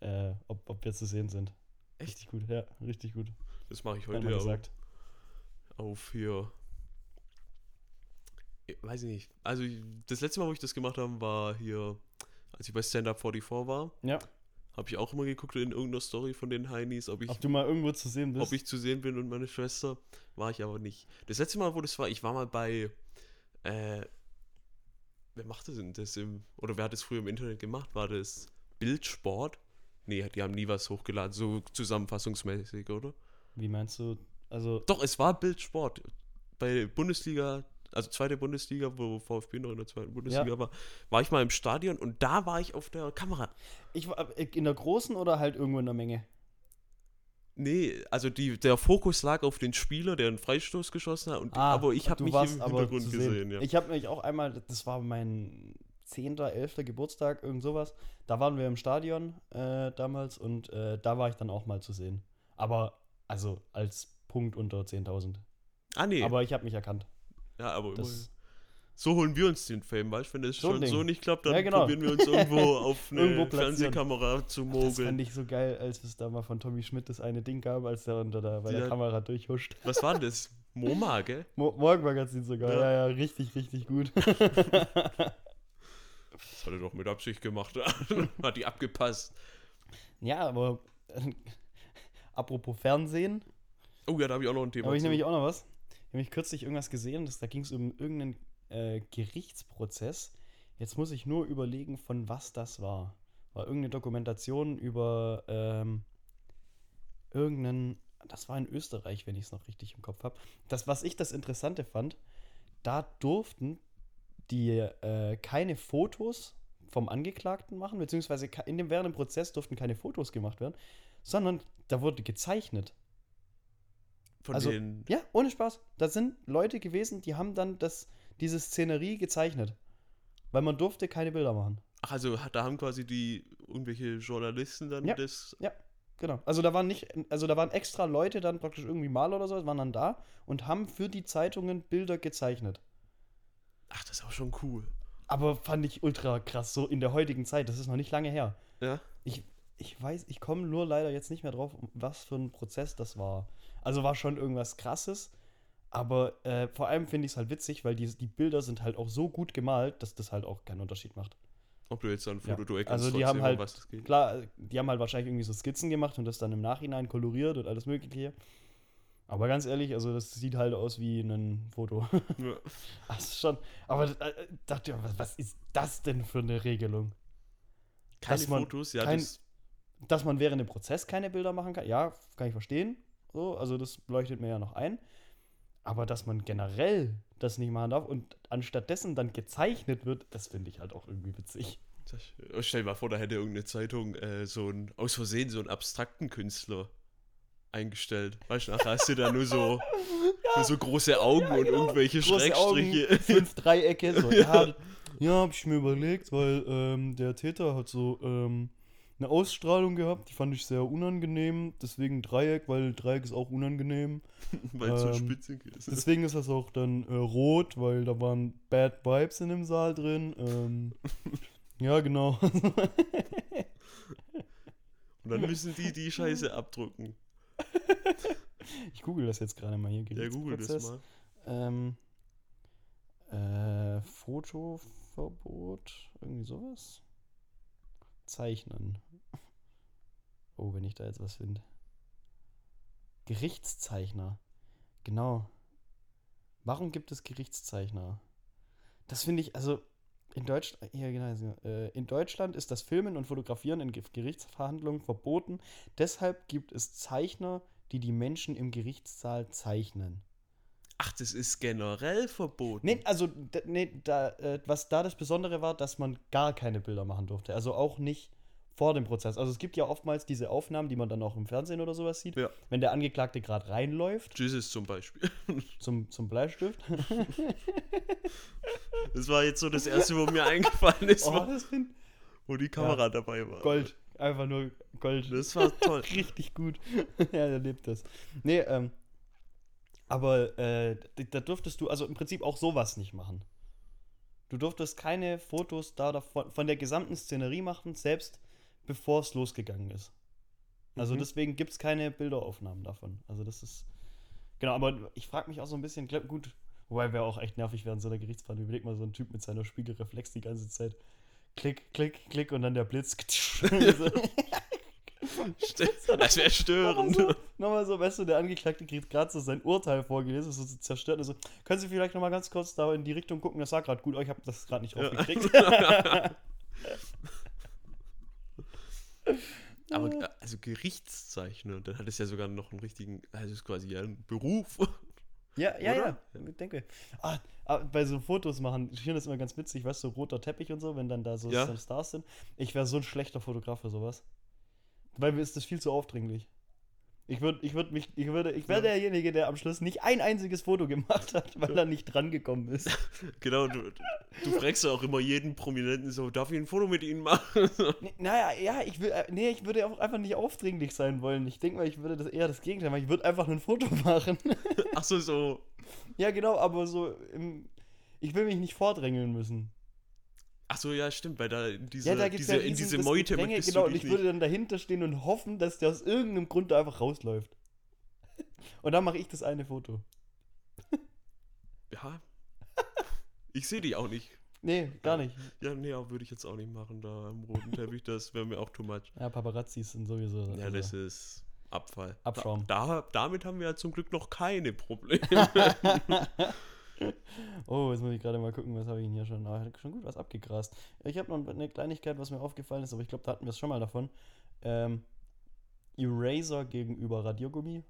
S1: äh, ob, ob wir zu sehen sind. Richtig gut, ja, richtig gut.
S2: Das mache ich
S1: Hat
S2: heute
S1: man
S2: auch.
S1: gesagt.
S2: auf hier. Ich weiß ich nicht. Also, ich- das letzte Mal, wo ich das gemacht habe, war hier, als ich bei Stand Up 44 war.
S1: Ja,
S2: Habe ich auch immer geguckt in irgendeiner Story von den Heinis, ob ich,
S1: ob du mal irgendwo zu sehen bist.
S2: ob ich zu sehen bin und meine Schwester. War ich aber nicht. Das letzte Mal, wo das war, ich war mal bei. Äh, wer machte denn das im. Oder wer hat das früher im Internet gemacht? War das Bildsport? Nee, die haben nie was hochgeladen, so zusammenfassungsmäßig, oder?
S1: Wie meinst du? Also,
S2: Doch, es war Bildsport. Bei Bundesliga, also zweite Bundesliga, wo VfB noch in der zweiten Bundesliga war, war ich mal im Stadion und da war ich auf der Kamera.
S1: ich war äh, in der großen oder halt irgendwo in der Menge?
S2: Nee, also die, der Fokus lag auf den Spieler, der einen Freistoß geschossen hat, und, aber ich
S1: Ah,
S2: habe
S1: du
S2: mich
S1: warst
S2: im
S1: aber
S2: Hintergrund
S1: zu
S2: gesehen. Ja.
S1: Ich habe mich auch einmal, das war mein 10., 11. Geburtstag, irgend sowas. Da waren wir im Stadion äh, damals und äh, da war ich dann auch mal zu sehen. Aber, also als Punkt unter 10.000.
S2: Ah, nee.
S1: Aber ich habe mich erkannt.
S2: ja, aber
S1: Das,
S2: immerhin. so holen wir uns den Fame, weißt du? Wenn das
S1: So ein
S2: schon
S1: Ding.
S2: so nicht klappt, dann
S1: Ja, genau.
S2: probieren wir
S1: [LAUGHS]
S2: uns irgendwo auf eine
S1: Irgendwo platzieren.
S2: Fernsehkamera zu
S1: das fand
S2: mogeln.
S1: ich so geil, als es da mal von Tommy Schmidt das eine Ding gab, als der unter der, bei
S2: Die
S1: der
S2: hat-
S1: Kamera durchhuscht.
S2: Was war denn das? MoMA, gell?
S1: Mo Morgenmagazin sogar.
S2: Ja.
S1: Ja. ja, richtig, richtig gut.
S2: Das hat er doch mit Absicht gemacht. [LAUGHS] hat die abgepasst.
S1: ja, aber äh, apropos Fernsehen,
S2: Oh ja, da habe ich auch noch ein
S1: da
S2: Thema.
S1: habe ich
S2: zu.
S1: nämlich auch noch was. Ich habe mich kürzlich irgendwas gesehen, dass, da ging es um irgendeinen äh, Gerichtsprozess. Jetzt muss ich nur überlegen, von was das war. War irgendeine Dokumentation über ähm, irgendeinen. Das war in Österreich, wenn ich es noch richtig im Kopf habe. Das, was ich das Interessante fand, da durften die äh, keine Fotos vom Angeklagten machen, beziehungsweise ke- in dem, während dem Prozess durften keine Fotos gemacht werden, sondern da wurde gezeichnet.
S2: Von
S1: also-
S2: den.
S1: Ja, ohne Spaß. Da sind Leute gewesen, die haben dann das, diese Szenerie gezeichnet. Weil man durfte keine Bilder machen.
S2: Ach, also hat- da haben quasi die irgendwelche Journalisten dann
S1: Ja.
S2: das.
S1: Genau. Also da waren nicht, also da waren extra Leute dann praktisch irgendwie Maler oder so, waren dann da und haben für die Zeitungen Bilder gezeichnet.
S2: Ach, das ist auch schon cool.
S1: Aber fand ich ultra krass, so in der heutigen Zeit. Das ist noch nicht lange her.
S2: Ja.
S1: Ich weiß, ich komme nur leider jetzt nicht mehr drauf, was für ein Prozess das war. Also war schon irgendwas krasses, aber äh, vor allem finde ich es halt witzig, weil die, die Bilder sind halt auch so gut gemalt, dass das halt auch keinen Unterschied macht.
S2: Ob du jetzt dann ein
S1: Ja.
S2: Foto durchkennst,
S1: Also die
S2: trotzdem,
S1: haben
S2: um
S1: halt-
S2: was das geht.
S1: Klar, die haben halt wahrscheinlich irgendwie so Skizzen gemacht und das dann im Nachhinein koloriert und alles Mögliche. Aber ganz ehrlich, also das sieht halt aus wie ein Foto. [LAUGHS]
S2: Ja.
S1: Also schon. Aber äh, dachte ich, was- was ist das denn für eine Regelung?
S2: Keine
S1: dass man
S2: Fotos, ja,
S1: kein-
S2: das,
S1: Dass man während dem Prozess keine Bilder machen kann, ja, kann ich verstehen. So, also das leuchtet mir ja noch ein. Aber dass man generell das nicht machen darf und anstattdessen dann gezeichnet wird, das finde ich halt auch irgendwie witzig.
S2: das. oh, Stell dir mal vor, da hätte irgendeine Zeitung äh, so ein, aus Versehen so einen abstrakten Künstler eingestellt. Weißt du, nachher hast du da
S1: [LAUGHS]
S2: nur so, nur so große Augen und irgendwelche
S1: genau. große Augen,
S2: Schrägstriche. [LAUGHS]
S1: fünf Dreiecke. So. Ja, ja habe ich mir überlegt, weil ähm, der Täter hat so ähm, eine Ausstrahlung gehabt, die fand ich sehr unangenehm. Deswegen Dreieck, weil Dreieck ist auch
S2: [LAUGHS]
S1: unangenehm.
S2: Weil es so
S1: Ähm,
S2: spitzig ist.
S1: Deswegen ist das auch dann äh, rot, weil da waren Bad Vibes in dem Saal drin. Ähm,
S2: [LAUGHS]
S1: ja, genau. [LAUGHS]
S2: Und dann müssen die die Scheiße abdrucken.
S1: ich google das jetzt gerade mal hier.
S2: Ja, google das
S1: Gerichtsprozess.
S2: mal.
S1: Ähm, äh, Fotoverbot, irgendwie sowas. Zeichnen. Oh, wenn ich da jetzt was finde. Gerichtszeichner. Genau. Warum gibt es Gerichtszeichner? Das finde ich, also in Deutschland, ja, genau, ja, äh, in Deutschland ist das Filmen und Fotografieren in Ge- Gerichtsverhandlungen verboten. Deshalb gibt es Zeichner, die die Menschen im Gerichtssaal zeichnen.
S2: Ach, das ist generell verboten.
S1: Nee, also d- nee, da, äh, was da das Besondere war, dass man gar keine Bilder machen durfte. Also auch nicht vor dem Prozess. Also es gibt ja oftmals diese Aufnahmen, die man dann auch im Fernsehen oder sowas sieht,
S2: Ja.
S1: wenn der Angeklagte gerade reinläuft
S2: Jesus zum Beispiel. [LAUGHS]
S1: zum, zum Bleistift.
S2: Das war jetzt so das erste, wo mir [LAUGHS] eingefallen ist,
S1: Oh,
S2: wo-
S1: das finde
S2: wo die Kamera dabei war.
S1: Gold. Einfach nur Gold.
S2: Das war
S1: [LAUGHS]
S2: toll.
S1: Richtig gut. ja, er lebt das. Nee, ähm, aber äh, d- da durftest du also im Prinzip auch sowas nicht machen. Du durftest keine Fotos da davon, von der gesamten Szenerie machen, selbst bevor es losgegangen ist. Also
S2: Mhm.
S1: deswegen gibt es keine Bilderaufnahmen davon. Also das ist. Genau, aber ich frage mich auch so ein bisschen, glaub, gut, wobei wäre auch echt nervig während so einer Gerichtsverhandlung. Überleg mal so ein Typ mit seiner Spiegelreflex die ganze Zeit. Klick, klick, klick und dann der Blitz. [LAUGHS] so.
S2: Stimmt. Das wäre
S1: Nochmal
S2: störend.
S1: so, nochmal so, weißt du, der Angeklagte kriegt gerade so sein Urteil vorgelesen, ist so zerstört. Also, können Sie vielleicht nochmal ganz kurz da in die Richtung gucken? Das war gerade gut, oh, ich habe das gerade nicht
S2: Ja. [LAUGHS]
S1: aufgekriegt.
S2: Aber äh, also Gerichtszeichner, dann hat es ja sogar noch einen richtigen, also ist quasi ja ein Beruf. [LAUGHS]
S1: Ja, ja,
S2: Oder?
S1: ja, ich denke. Ah, ah, bei so Fotos machen, ich finde das immer ganz witzig, weißt du, roter Teppich und so, wenn dann da so
S2: Ja.
S1: so Stars sind. Ich wäre so ein schlechter Fotograf für sowas. Weil mir ist das viel zu aufdringlich. Ich würde, ich würde mich, ich würde, ich wäre
S2: Ja.
S1: derjenige, der am Schluss nicht ein einziges Foto gemacht hat, weil er nicht drangekommen ist.
S2: Genau, du, du fragst ja auch immer jeden Prominenten so, darf ich ein Foto mit ihnen machen? [LAUGHS]
S1: Nee, naja, ja, ich will, äh, nee, ich würde auch einfach nicht [LAUGHS] aufdringlich sein wollen. Ich denke mal, ich würde das eher das Gegenteil machen. Ich würde einfach ein Foto machen.
S2: Ach so, so
S1: Ja, genau, aber so im, ich will mich nicht vordrängeln müssen.
S2: Ach so, ja, stimmt, weil da in diese,
S1: ja, da gibt's
S2: diese,
S1: ja
S2: in
S1: riesen
S2: diese
S1: das
S2: Meute
S1: Gedränge,
S2: möchtest
S1: genau,
S2: du
S1: und ich
S2: dich
S1: würde
S2: nicht.
S1: dann dahinter stehen und hoffen, dass der aus irgendeinem Grund da einfach rausläuft. [LAUGHS] Und dann mache ich das eine Foto.
S2: Ja. [LAUGHS] Ich sehe dich auch nicht.
S1: Nee, gar nicht.
S2: Ja, nee, aber würde ich jetzt auch nicht machen, da am roten Teppich, das wäre mir auch too much.
S1: Ja, Paparazzis sind sowieso.
S2: Ja, das ist Abfall.
S1: Abschaum.
S2: Da, damit haben wir ja zum Glück noch keine Probleme. [LAUGHS]
S1: [LAUGHS] oh, jetzt muss ich gerade mal gucken, was habe ich denn hier schon? Ah, schon gut was abgegrast. Ich habe noch eine Kleinigkeit, was mir aufgefallen ist, aber ich glaube, da hatten wir es schon mal davon. Ähm, Eraser gegenüber Radiergummi.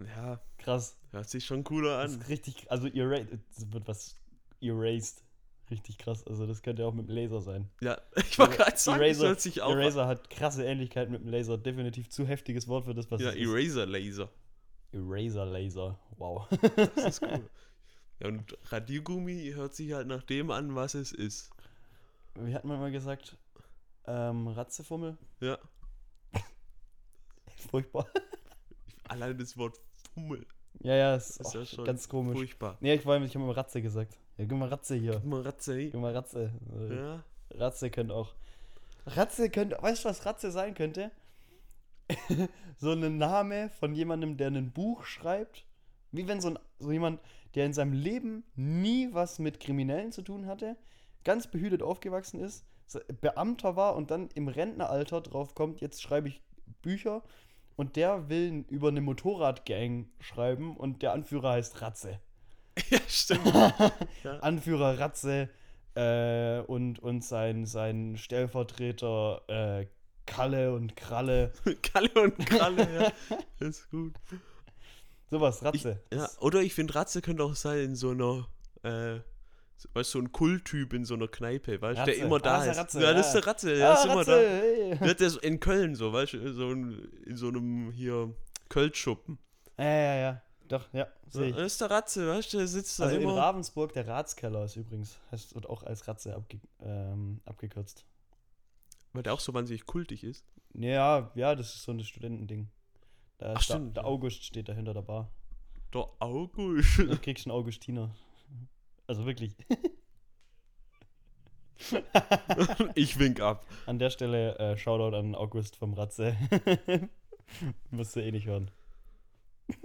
S2: ja,
S1: Krass.
S2: hört sich schon cooler
S1: Das
S2: an.
S1: ist richtig, also erased, es wird was erased. Richtig krass. Also das könnte ja auch mit dem Laser sein.
S2: Ja, [LAUGHS] ich wollte gerade sagen, das
S1: Eraser,
S2: hört sich auch an.
S1: Eraser hat krasse Ähnlichkeit mit dem Laser. Definitiv zu heftiges Wort für das, was
S2: Ja,
S1: es ist.
S2: Eraser Laser.
S1: Eraser Laser. Wow. [LAUGHS]
S2: Das ist cool. Ja, und Radiergummi hört sich halt nach dem an, was es ist.
S1: Wie hat man mal gesagt? Ähm, Ratzefummel?
S2: Ja,
S1: Furchtbar.
S2: allein das Wort Fummel
S1: Ja, ja, ist,
S2: ist
S1: oh,
S2: ja schon
S1: ganz komisch.
S2: furchtbar.
S1: Nee, ich wollte nicht, ich habe mal Ratze gesagt. Ja, gib mal Ratze hier.
S2: Guck mal, Ratze.
S1: Gib mal Ratze. Äh,
S2: Ja, [LAUGHS]
S1: Ratze könnte auch. Ratze könnte. Weißt du, was Ratze sein könnte? [LAUGHS] so ein Name von jemandem, der ein Buch schreibt. Wie wenn so, ein, so jemand, der in seinem Leben nie was mit Kriminellen zu tun hatte, ganz behütet aufgewachsen ist, so Beamter war und dann im Rentneralter drauf kommt, jetzt schreibe ich Bücher und der will über eine Motorradgang schreiben und der Anführer heißt Ratze.
S2: ja stimmt. [LAUGHS]
S1: Anführer Ratze äh, und, und sein, sein Stellvertreter äh, Kalle und Kralle.
S2: Kalle und Kralle,
S1: [LAUGHS]
S2: ja. Das ist gut.
S1: Sowas,
S2: Ich,
S1: Ratze.
S2: ja, oder ich finde, Ratze könnte auch sein in so einer, äh, so- weißt du, so ein Kulttyp in so einer Kneipe, weißt du, der
S1: Ratze.
S2: immer
S1: Ah,
S2: da
S1: ist der
S2: ist.
S1: Ratze,
S2: ja,
S1: ja.
S2: das
S1: Ah,
S2: ist der Ratze, der ist immer da. [LAUGHS]
S1: Ratze,
S2: Der ist der so in Köln so, weißt du, so in, in so einem hier Kölschschuppen.
S1: hey. Ja, ja, ja. Doch, ja, sehe ich.
S2: Das ist der Ratze, weißt du, der sitzt da
S1: Also in
S2: immer.
S1: Ravensburg, der Ratskeller ist übrigens, heißt, wird auch als Ratze abge, ähm, abgekürzt.
S2: Weil der auch so wahnsinnig kultig ist.
S1: Ja, ja, das ist so ein Studentending. Da
S2: Ach,
S1: ist der,
S2: stimmt,
S1: der
S2: ja.
S1: August steht da hinter der Bar.
S2: Der August.
S1: Ich krieg schon Augustiner. Also wirklich.
S2: [LAUGHS] ich wink ab.
S1: An der Stelle äh, Shoutout an August vom Ratze. [LAUGHS] Wirst du eh nicht hören.
S2: Ach,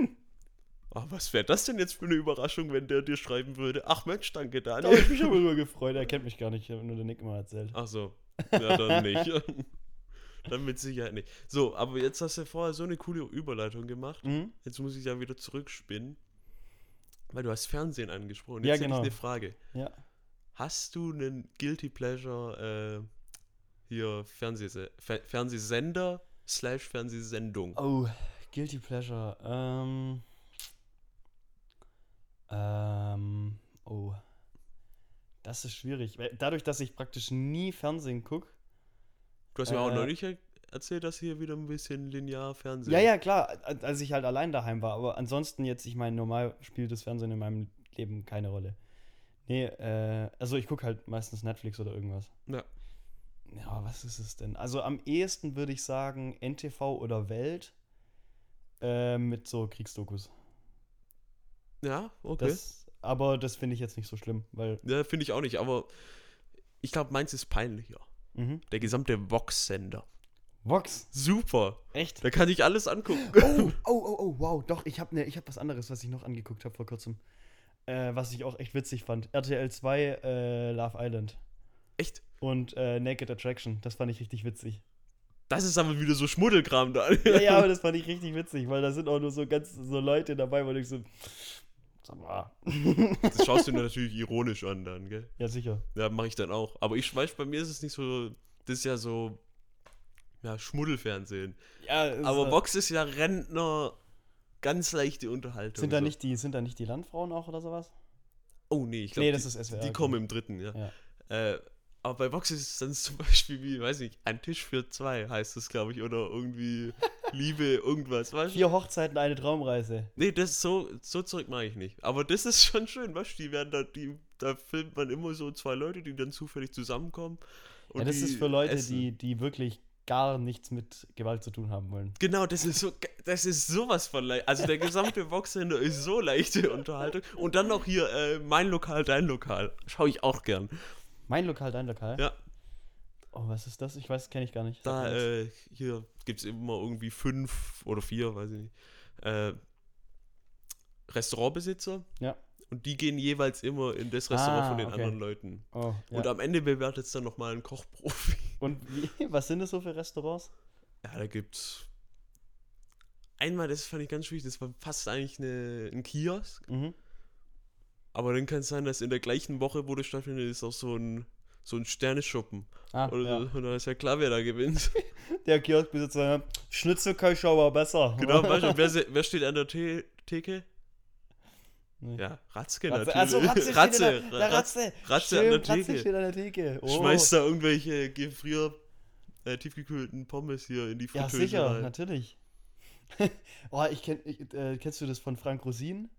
S2: Ah, was wäre das denn jetzt für eine Überraschung, wenn der dir schreiben würde? Ach Mensch, danke,
S1: Da habe [LAUGHS]
S2: Daniel.
S1: ich mich aber drüber gefreut. Er kennt mich gar nicht. Ich habe nur den Nick immer erzählt.
S2: Ach so. Ja, dann nicht. [LAUGHS] dann mit Sicherheit nicht. So, aber jetzt hast du vorher so eine coole Überleitung gemacht.
S1: Mhm.
S2: Jetzt muss ich ja wieder zurückspinnen. Weil du hast Fernsehen angesprochen.
S1: Ja,
S2: Jetzt
S1: genau.
S2: hätte ich eine Frage.
S1: Ja.
S2: Hast du einen Guilty Pleasure äh, hier Fernsehse Fe Fernsehsender slash Fernsehsendung?
S1: Oh, Guilty Pleasure. Ähm. Ähm. Oh. Das ist schwierig. Weil Dadurch, dass ich praktisch nie Fernsehen gucke.
S2: Du hast ja auch
S1: äh,
S2: neulich er- erzählt, dass hier wieder ein bisschen linear Fernsehen.
S1: Ja, ja, klar. Als ich halt allein daheim war. Aber ansonsten jetzt, ich meine, normal spielt das Fernsehen in meinem Leben keine Rolle. Nee, äh, also ich gucke halt meistens Netflix oder irgendwas.
S2: Ja.
S1: Ja, aber was ist es denn? Also am ehesten würde ich sagen NTV oder Welt äh, mit so Kriegsdokus.
S2: Ja, okay.
S1: Das, aber das finde ich jetzt nicht so schlimm, weil.
S2: ja, finde ich auch nicht, aber ich glaube, meins ist peinlicher.
S1: Mhm.
S2: Der gesamte Vox-Sender.
S1: Vox,
S2: Super.
S1: echt?
S2: Da kann ich alles angucken.
S1: [LAUGHS]
S2: [LAUGHS]
S1: Oh, oh, oh, oh, wow, doch, ich habe ne, ich hab was anderes, was ich noch angeguckt habe vor kurzem. Äh, was ich auch echt witzig fand. RTL 2, äh, Love Island
S2: Echt?
S1: und äh, Naked Attraction. Das fand ich richtig witzig.
S2: Das ist aber wieder so Schmuddelkram da.
S1: [LAUGHS]
S2: [LAUGHS]
S1: Ja, ja, aber das fand ich richtig witzig, weil da sind auch nur so ganz so Leute dabei, wo ich so. Sag mal.
S2: Das schaust du dir natürlich ironisch an dann, gell?
S1: Ja, sicher.
S2: Ja, mache ich dann auch. Aber ich weiß, bei mir ist es nicht so. Das ist ja so. Ja, Schmuddelfernsehen.
S1: Ja, es-
S2: Aber
S1: äh,
S2: Vox ist ja Rentner. Ganz leichte Unterhaltung.
S1: Sind da,
S2: so.
S1: nicht die, sind da nicht die Landfrauen auch oder sowas?
S2: Oh nee, ich glaube.
S1: Nee, das ist SWR,
S2: Die
S1: okay.
S2: kommen im dritten, ja.
S1: Ja.
S2: Äh, aber bei Vox ist es dann [LAUGHS] zum Beispiel wie, weiß nicht, ein Tisch für zwei heißt es, glaube ich,
S1: [LAUGHS]
S2: oder irgendwie Liebe, irgendwas, weißt du?
S1: Vier Hochzeiten, eine Traumreise.
S2: Nee, das ist so, so Zeug mache ich nicht. Aber das ist schon schön, weißt du? Die werden da, die, da filmt man immer so zwei Leute, die dann zufällig zusammenkommen.
S1: Ja, das ist für Leute, die, die wirklich gar nichts mit Gewalt zu tun haben wollen.
S2: Genau, das ist so, das ist sowas von leicht. Also der gesamte Boxsender ist so leichte Unterhaltung. Und dann noch hier äh, mein Lokal, dein Lokal. Schaue ich auch gern.
S1: Mein Lokal, dein Lokal?
S2: Ja.
S1: Oh, was ist das? Ich weiß, kenne ich gar nicht. Sag
S2: Da
S1: mir nichts.
S2: äh, hier gibt es immer irgendwie fünf oder vier, weiß ich nicht, äh, Restaurantbesitzer.
S1: Ja.
S2: Und die gehen jeweils immer in das Restaurant
S1: Ah,
S2: von den
S1: okay.
S2: anderen Leuten.
S1: oh, ja.
S2: Und am Ende bewertet es dann nochmal ein Kochprofi.
S1: Und wie, [LAUGHS] was sind das so für Restaurants?
S2: Ja, da gibt's. Einmal, das fand ich ganz schwierig, das war fast eigentlich eine, ein Kiosk.
S1: Mhm.
S2: Aber dann kann es sein, dass in der gleichen Woche, wo das stattfindet, ist auch so ein, so ein Sterneschuppen.
S1: Ah,
S2: Oder
S1: ja.
S2: so, und dann ist ja klar, wer da
S1: [LAUGHS]
S2: gewinnt.
S1: Der Kioskbesitzer, ja, Schnitzel kann ich aber besser.
S2: genau, Beispiel, wer, se- wer steht an der The Theke?
S1: [LAUGHS] Nee.
S2: Ja, Ratzke
S1: Ratze,
S2: natürlich.
S1: also Ratze, Ratze,
S2: Ratze,
S1: steht an
S2: Ra-
S1: der, der Ratze,
S2: Ratze an
S1: Stimmt,
S2: der
S1: Ratze
S2: Theke.
S1: steht an der Theke. Oh.
S2: Schmeißt da irgendwelche Gefrier, äh, tiefgekühlten Pommes hier in die
S1: Ja,
S2: Fritteuse
S1: sicher,
S2: rein.
S1: natürlich. [LAUGHS] oh, ich kenn, ich, äh, kennst du das von Frank Rosin?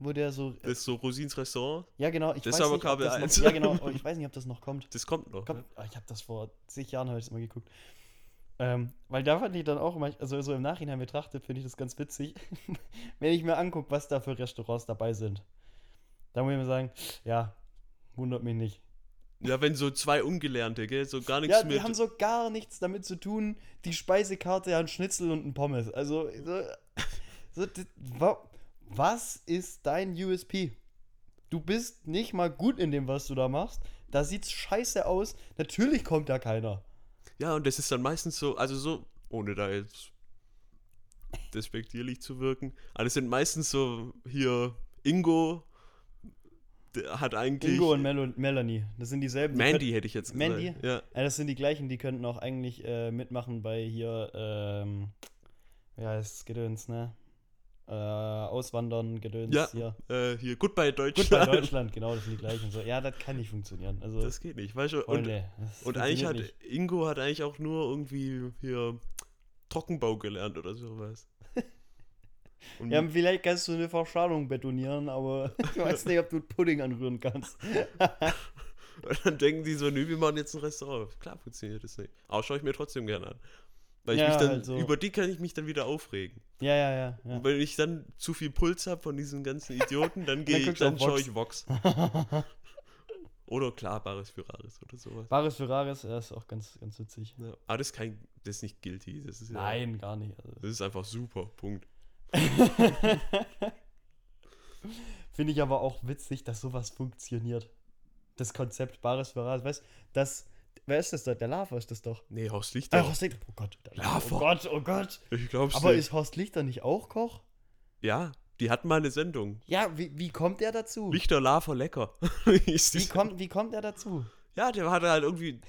S1: Wo der so.
S2: Das ist so Rosins Restaurant,
S1: ja, genau. Ich weiß
S2: das ist aber
S1: nicht, ob
S2: Kabel
S1: das noch,
S2: 1.
S1: Ja, genau. [LAUGHS] aber Ich weiß nicht, ob das noch kommt.
S2: das kommt noch.
S1: Komm,
S2: ne?
S1: oh, ich habe das vor zig Jahren habe ich das immer geguckt. Ähm, weil da fand ich dann auch, manch- also so im Nachhinein betrachtet, finde ich das ganz witzig, [LAUGHS] wenn ich mir angucke, was da für Restaurants dabei sind. Da muss ich mir sagen, ja, wundert mich nicht.
S2: Ja, wenn so zwei Ungelernte, gell, so gar nichts
S1: Ja, die
S2: mit.
S1: haben so gar nichts damit zu tun, die Speisekarte an Schnitzel und ein Pommes. Also, so, so, d- wa- was ist dein USP? Du bist nicht mal gut in dem, was du da machst. Da sieht's scheiße aus. Natürlich kommt da keiner.
S2: Ja, und das ist dann meistens so, also so, ohne da jetzt despektierlich zu wirken, aber das sind meistens so hier Ingo, der hat eigentlich.
S1: Ingo und Melo Melanie, das sind dieselben. die
S2: Mandy hätte ich jetzt gesagt.
S1: Mandy?
S2: Ja.
S1: Können, ja, das sind die gleichen, die könnten auch eigentlich äh, mitmachen bei hier, ähm, wie heißt es, Gedöns, ne? Äh, Auswandern, Gedöns
S2: Ja.
S1: hier.
S2: Äh, hier, Goodbye Deutschland.
S1: Gut, bei Deutschland, genau, das sind die gleichen. So, ja, das kann nicht funktionieren. Also,
S2: [LAUGHS] Das geht nicht, weißt du?
S1: oh,
S2: Und,
S1: nee, das
S2: und eigentlich
S1: funktioniert
S2: hat
S1: nicht.
S2: Ingo hat eigentlich auch nur irgendwie hier Trockenbau gelernt oder sowas.
S1: [LAUGHS]
S2: Und
S1: Ja, vielleicht kannst du eine Verschalung betonieren, aber [LAUGHS] ich weiß nicht, ob du Pudding anrühren kannst.
S2: Und dann denken die so, nö, wir machen jetzt ein Restaurant. Klar funktioniert das nicht. Aber schaue ich mir trotzdem gerne an. Weil ich
S1: Ja,
S2: mich dann,
S1: halt so.
S2: über die kann ich mich dann wieder aufregen.
S1: Ja, ja, ja. ja.
S2: Und wenn ich dann zu viel Puls habe von diesen ganzen Idioten,
S1: [LAUGHS]
S2: dann gehe ich,
S1: guckst du
S2: dann
S1: auf
S2: schaue ich Vox.
S1: [LAUGHS]
S2: oder klar, Bares für Rares oder sowas.
S1: Bares für Rares, ja, ist auch ganz, ganz witzig.
S2: Ja. Aber das ist kein, das ist nicht guilty. Das ist ja,
S1: Nein, gar nicht. [LAUGHS] Also,
S2: Das ist einfach super, Punkt.
S1: Finde ich aber auch witzig, dass sowas funktioniert. Das Konzept Bares für Rares, weißt du, das, wer ist das da? Der Lava ist das doch.
S2: Nee, Horst
S1: Ah,
S2: Lichter.
S1: Horst Lichter. Oh Gott, der Oh
S2: Lava.
S1: Gott, oh Gott.
S2: Ich glaub's
S1: Aber
S2: nicht.
S1: ist Horst Lichter nicht auch Koch?
S2: ja, die hatten mal eine Sendung.
S1: Ja, wie, wie kommt er dazu?
S2: Lichter, Lava, lecker. [LAUGHS] Ist
S1: Wie
S2: die-
S1: kommt, wie kommt er dazu?
S2: Ja, der hatte halt
S1: [LAUGHS]
S2: irgendwie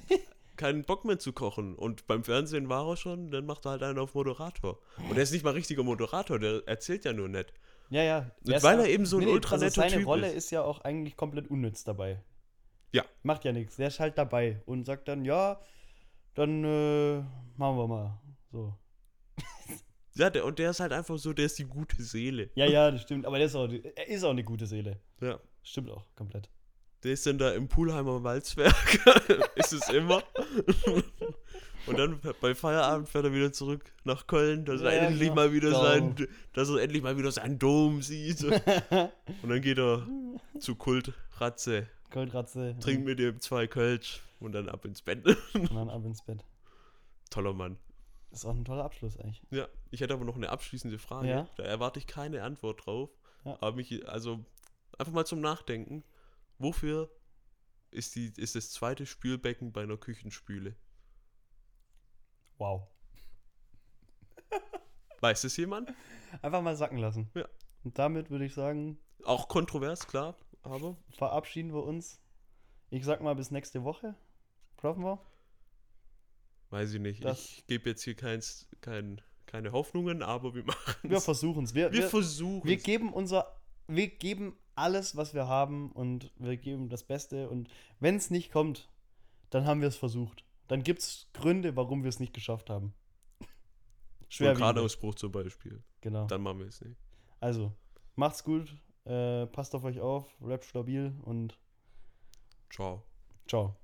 S2: keinen Bock mehr zu kochen. Und beim Fernsehen war er schon, dann macht er halt einen auf Moderator. Und er ist nicht mal richtiger Moderator, der erzählt ja nur nett.
S1: Ja, ja. ist
S2: weil
S1: ja-
S2: er eben so ein ultranetter
S1: also Seine
S2: Typ
S1: Rolle
S2: ist.
S1: ist. ja auch eigentlich komplett unnütz dabei.
S2: Ja.
S1: Macht ja nichts. Der ist halt dabei und sagt dann, ja, dann äh, machen wir mal. So.
S2: Ja, der, und der ist halt einfach so, der ist die gute Seele.
S1: Ja, ja, das stimmt. Aber der ist auch, er ist auch eine gute Seele.
S2: Ja.
S1: Stimmt auch, komplett.
S2: Der ist dann da im Pulheimer Walzwerk. [LAUGHS] ist es
S1: [LAUGHS]
S2: immer. und dann bei Feierabend fährt er wieder zurück nach Köln, dass er
S1: Ja,
S2: endlich
S1: genau.
S2: mal wieder
S1: Genau.
S2: sein, dass er endlich mal wieder seinen
S1: [LAUGHS]
S2: Dom sieht. und dann geht er zu Kult Ratze, [LAUGHS]
S1: Goldratze.
S2: trinkt mit ihm zwei Kölsch und dann ab ins Bett.
S1: Und dann ab ins Bett.
S2: Toller Mann.
S1: Ist auch ein toller Abschluss eigentlich.
S2: Ja, ich hätte aber noch eine abschließende Frage.
S1: Ja.
S2: Da erwarte ich keine Antwort drauf.
S1: Ja.
S2: Aber mich, also einfach mal zum Nachdenken. Wofür ist, die, ist das zweite Spülbecken bei einer Küchenspüle?
S1: Wow.
S2: Weiß es jemand?
S1: Einfach mal sacken lassen.
S2: Ja.
S1: Und damit würde ich sagen,
S2: Auch kontrovers, klar, aber
S1: verabschieden wir uns. Ich sag mal bis nächste Woche. Hoffen wir.
S2: weiß ich nicht.
S1: Das-
S2: Ich gebe jetzt hier keins, kein, keine Hoffnungen, aber wir [LAUGHS] machen
S1: Wir
S2: es.
S1: versuchen es. Wir,
S2: Wir
S1: wir,
S2: versuchen
S1: wir geben unser, wir geben alles, was wir haben und wir geben das Beste. Und wenn es nicht kommt, dann haben wir es versucht. Dann gibt es Gründe, warum wir es nicht geschafft haben. Schwerwiegend.
S2: Vulkanausbruch zum Beispiel.
S1: Genau.
S2: Dann machen wir es nicht.
S1: Also, macht's gut, äh, passt auf euch auf, bleibt stabil und
S2: Ciao.
S1: ciao.